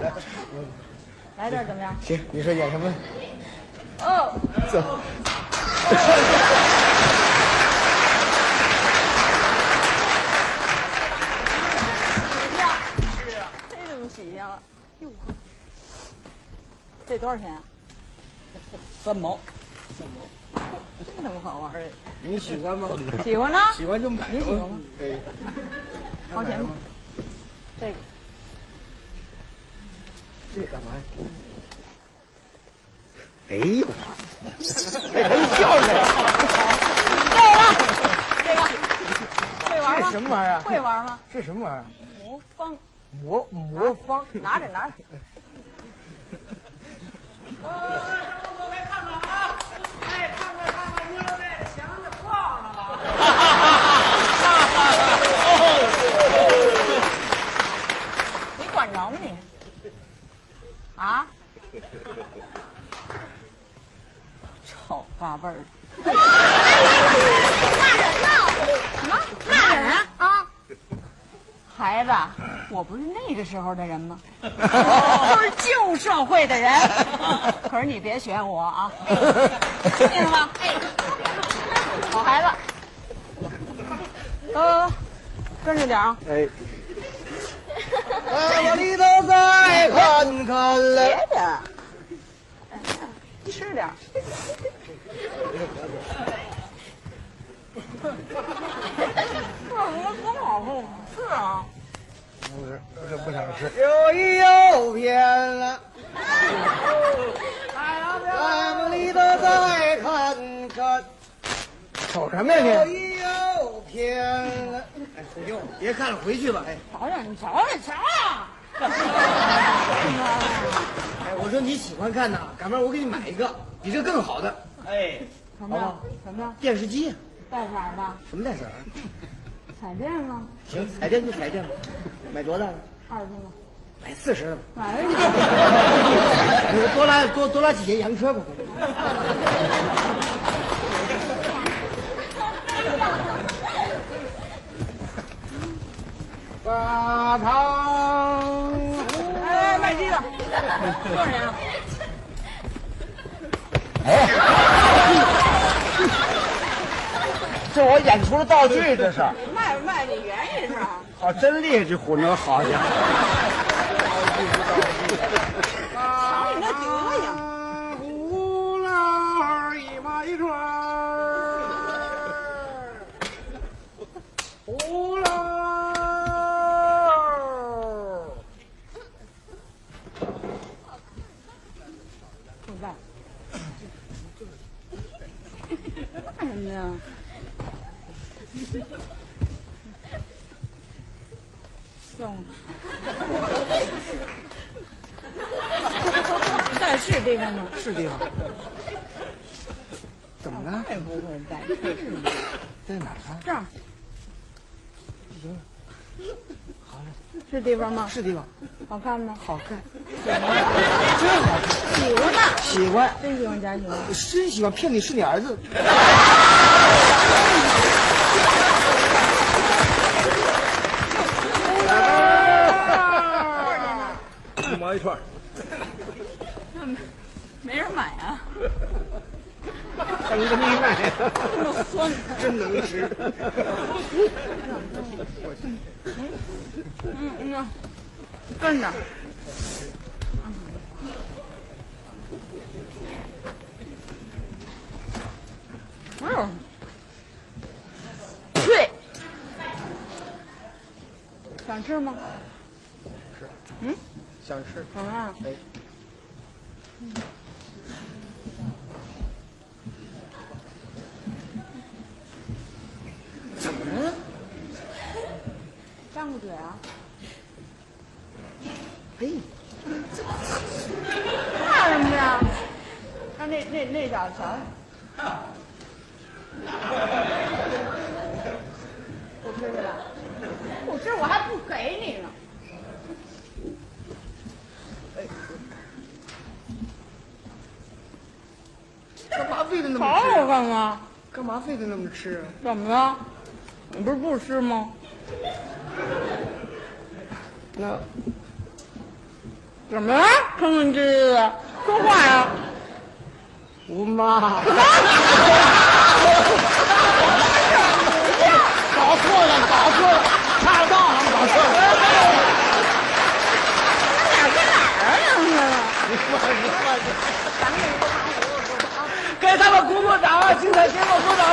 来，来点怎么样？行，你说演什么？哦，走。洗一下。是啊。这怎么洗一下了？哟呵，这多少钱啊？三毛，这怎么好玩儿你喜欢吗？的？喜欢呢？喜欢就买。你喜欢吗？对。掏钱吗吗？？这个这干嘛呀？哎呦，很漂亮，这个，这个会玩这吗？什么玩意儿？会玩吗？哦这什么玩意儿？啊魔方，魔魔方，拿着拿着。 你管着吗你？啊？臭八辈儿的！骂人呢！什么？骂人啊？啊！孩子，我不是那个时候的人吗？哎我是旧社会的人。可是你别学我啊，听见了吗？好孩子，呃，跟着点啊。哎。啊，往里头再看看来。别的，吃点儿。这什么多好喝？是啊，不是，不是不想吃。有一有偏了，咱们里头再看看。瞅什么呀你？有一有偏了。哎，不用，别看了，回去吧。哎，瞧瞧，你瞧瞧，瞧瞧。哎，我说你喜欢看呐，赶明儿我给你买一个比这更好的哎，什么呀？什么呀？电视机。带色儿的，什么带色儿？彩电吗？行，彩电就彩电吧。买多大的？二十吗？买四十的吧。买了你，多拉多多拉几节洋车吧。大唐，哎，卖鸡的，多少钱啊？这我演出了道具，这是。卖不卖你原意是吧？好，真厉害，这虎妞，好家伙！瞧你那顶子也啊呼啦一马一串儿，呼啦。不干。干什么呀？送。在是地方吗？是地方。怎么了？太不会在。在哪儿啊？这儿。是地方吗？是地方，好看吗？好看，喜欢吗？喜欢，真喜欢假喜欢。真喜欢。骗你是你儿子，一毛一串儿，没人买啊，等着你买，肉酸。真能吃。嗯嗯呐，跟着。不是，对，想吃吗？嗯想吃，想啊，哎，怎么了？张个嘴啊！哎，怕什么呀？看那那那小瞧瞧。不吃了，不吃我还不给你呢。干嘛非得那么瞧吃？啊我干嘛？干嘛非得那么吃啊？怎么了？你不是不吃吗？那怎么了？哼这啊，说话呀、我妈，搞错了，搞错了，岔道上搞错了。哪儿跟哪儿啊？给他们鼓鼓掌啊！精彩节目鼓掌了。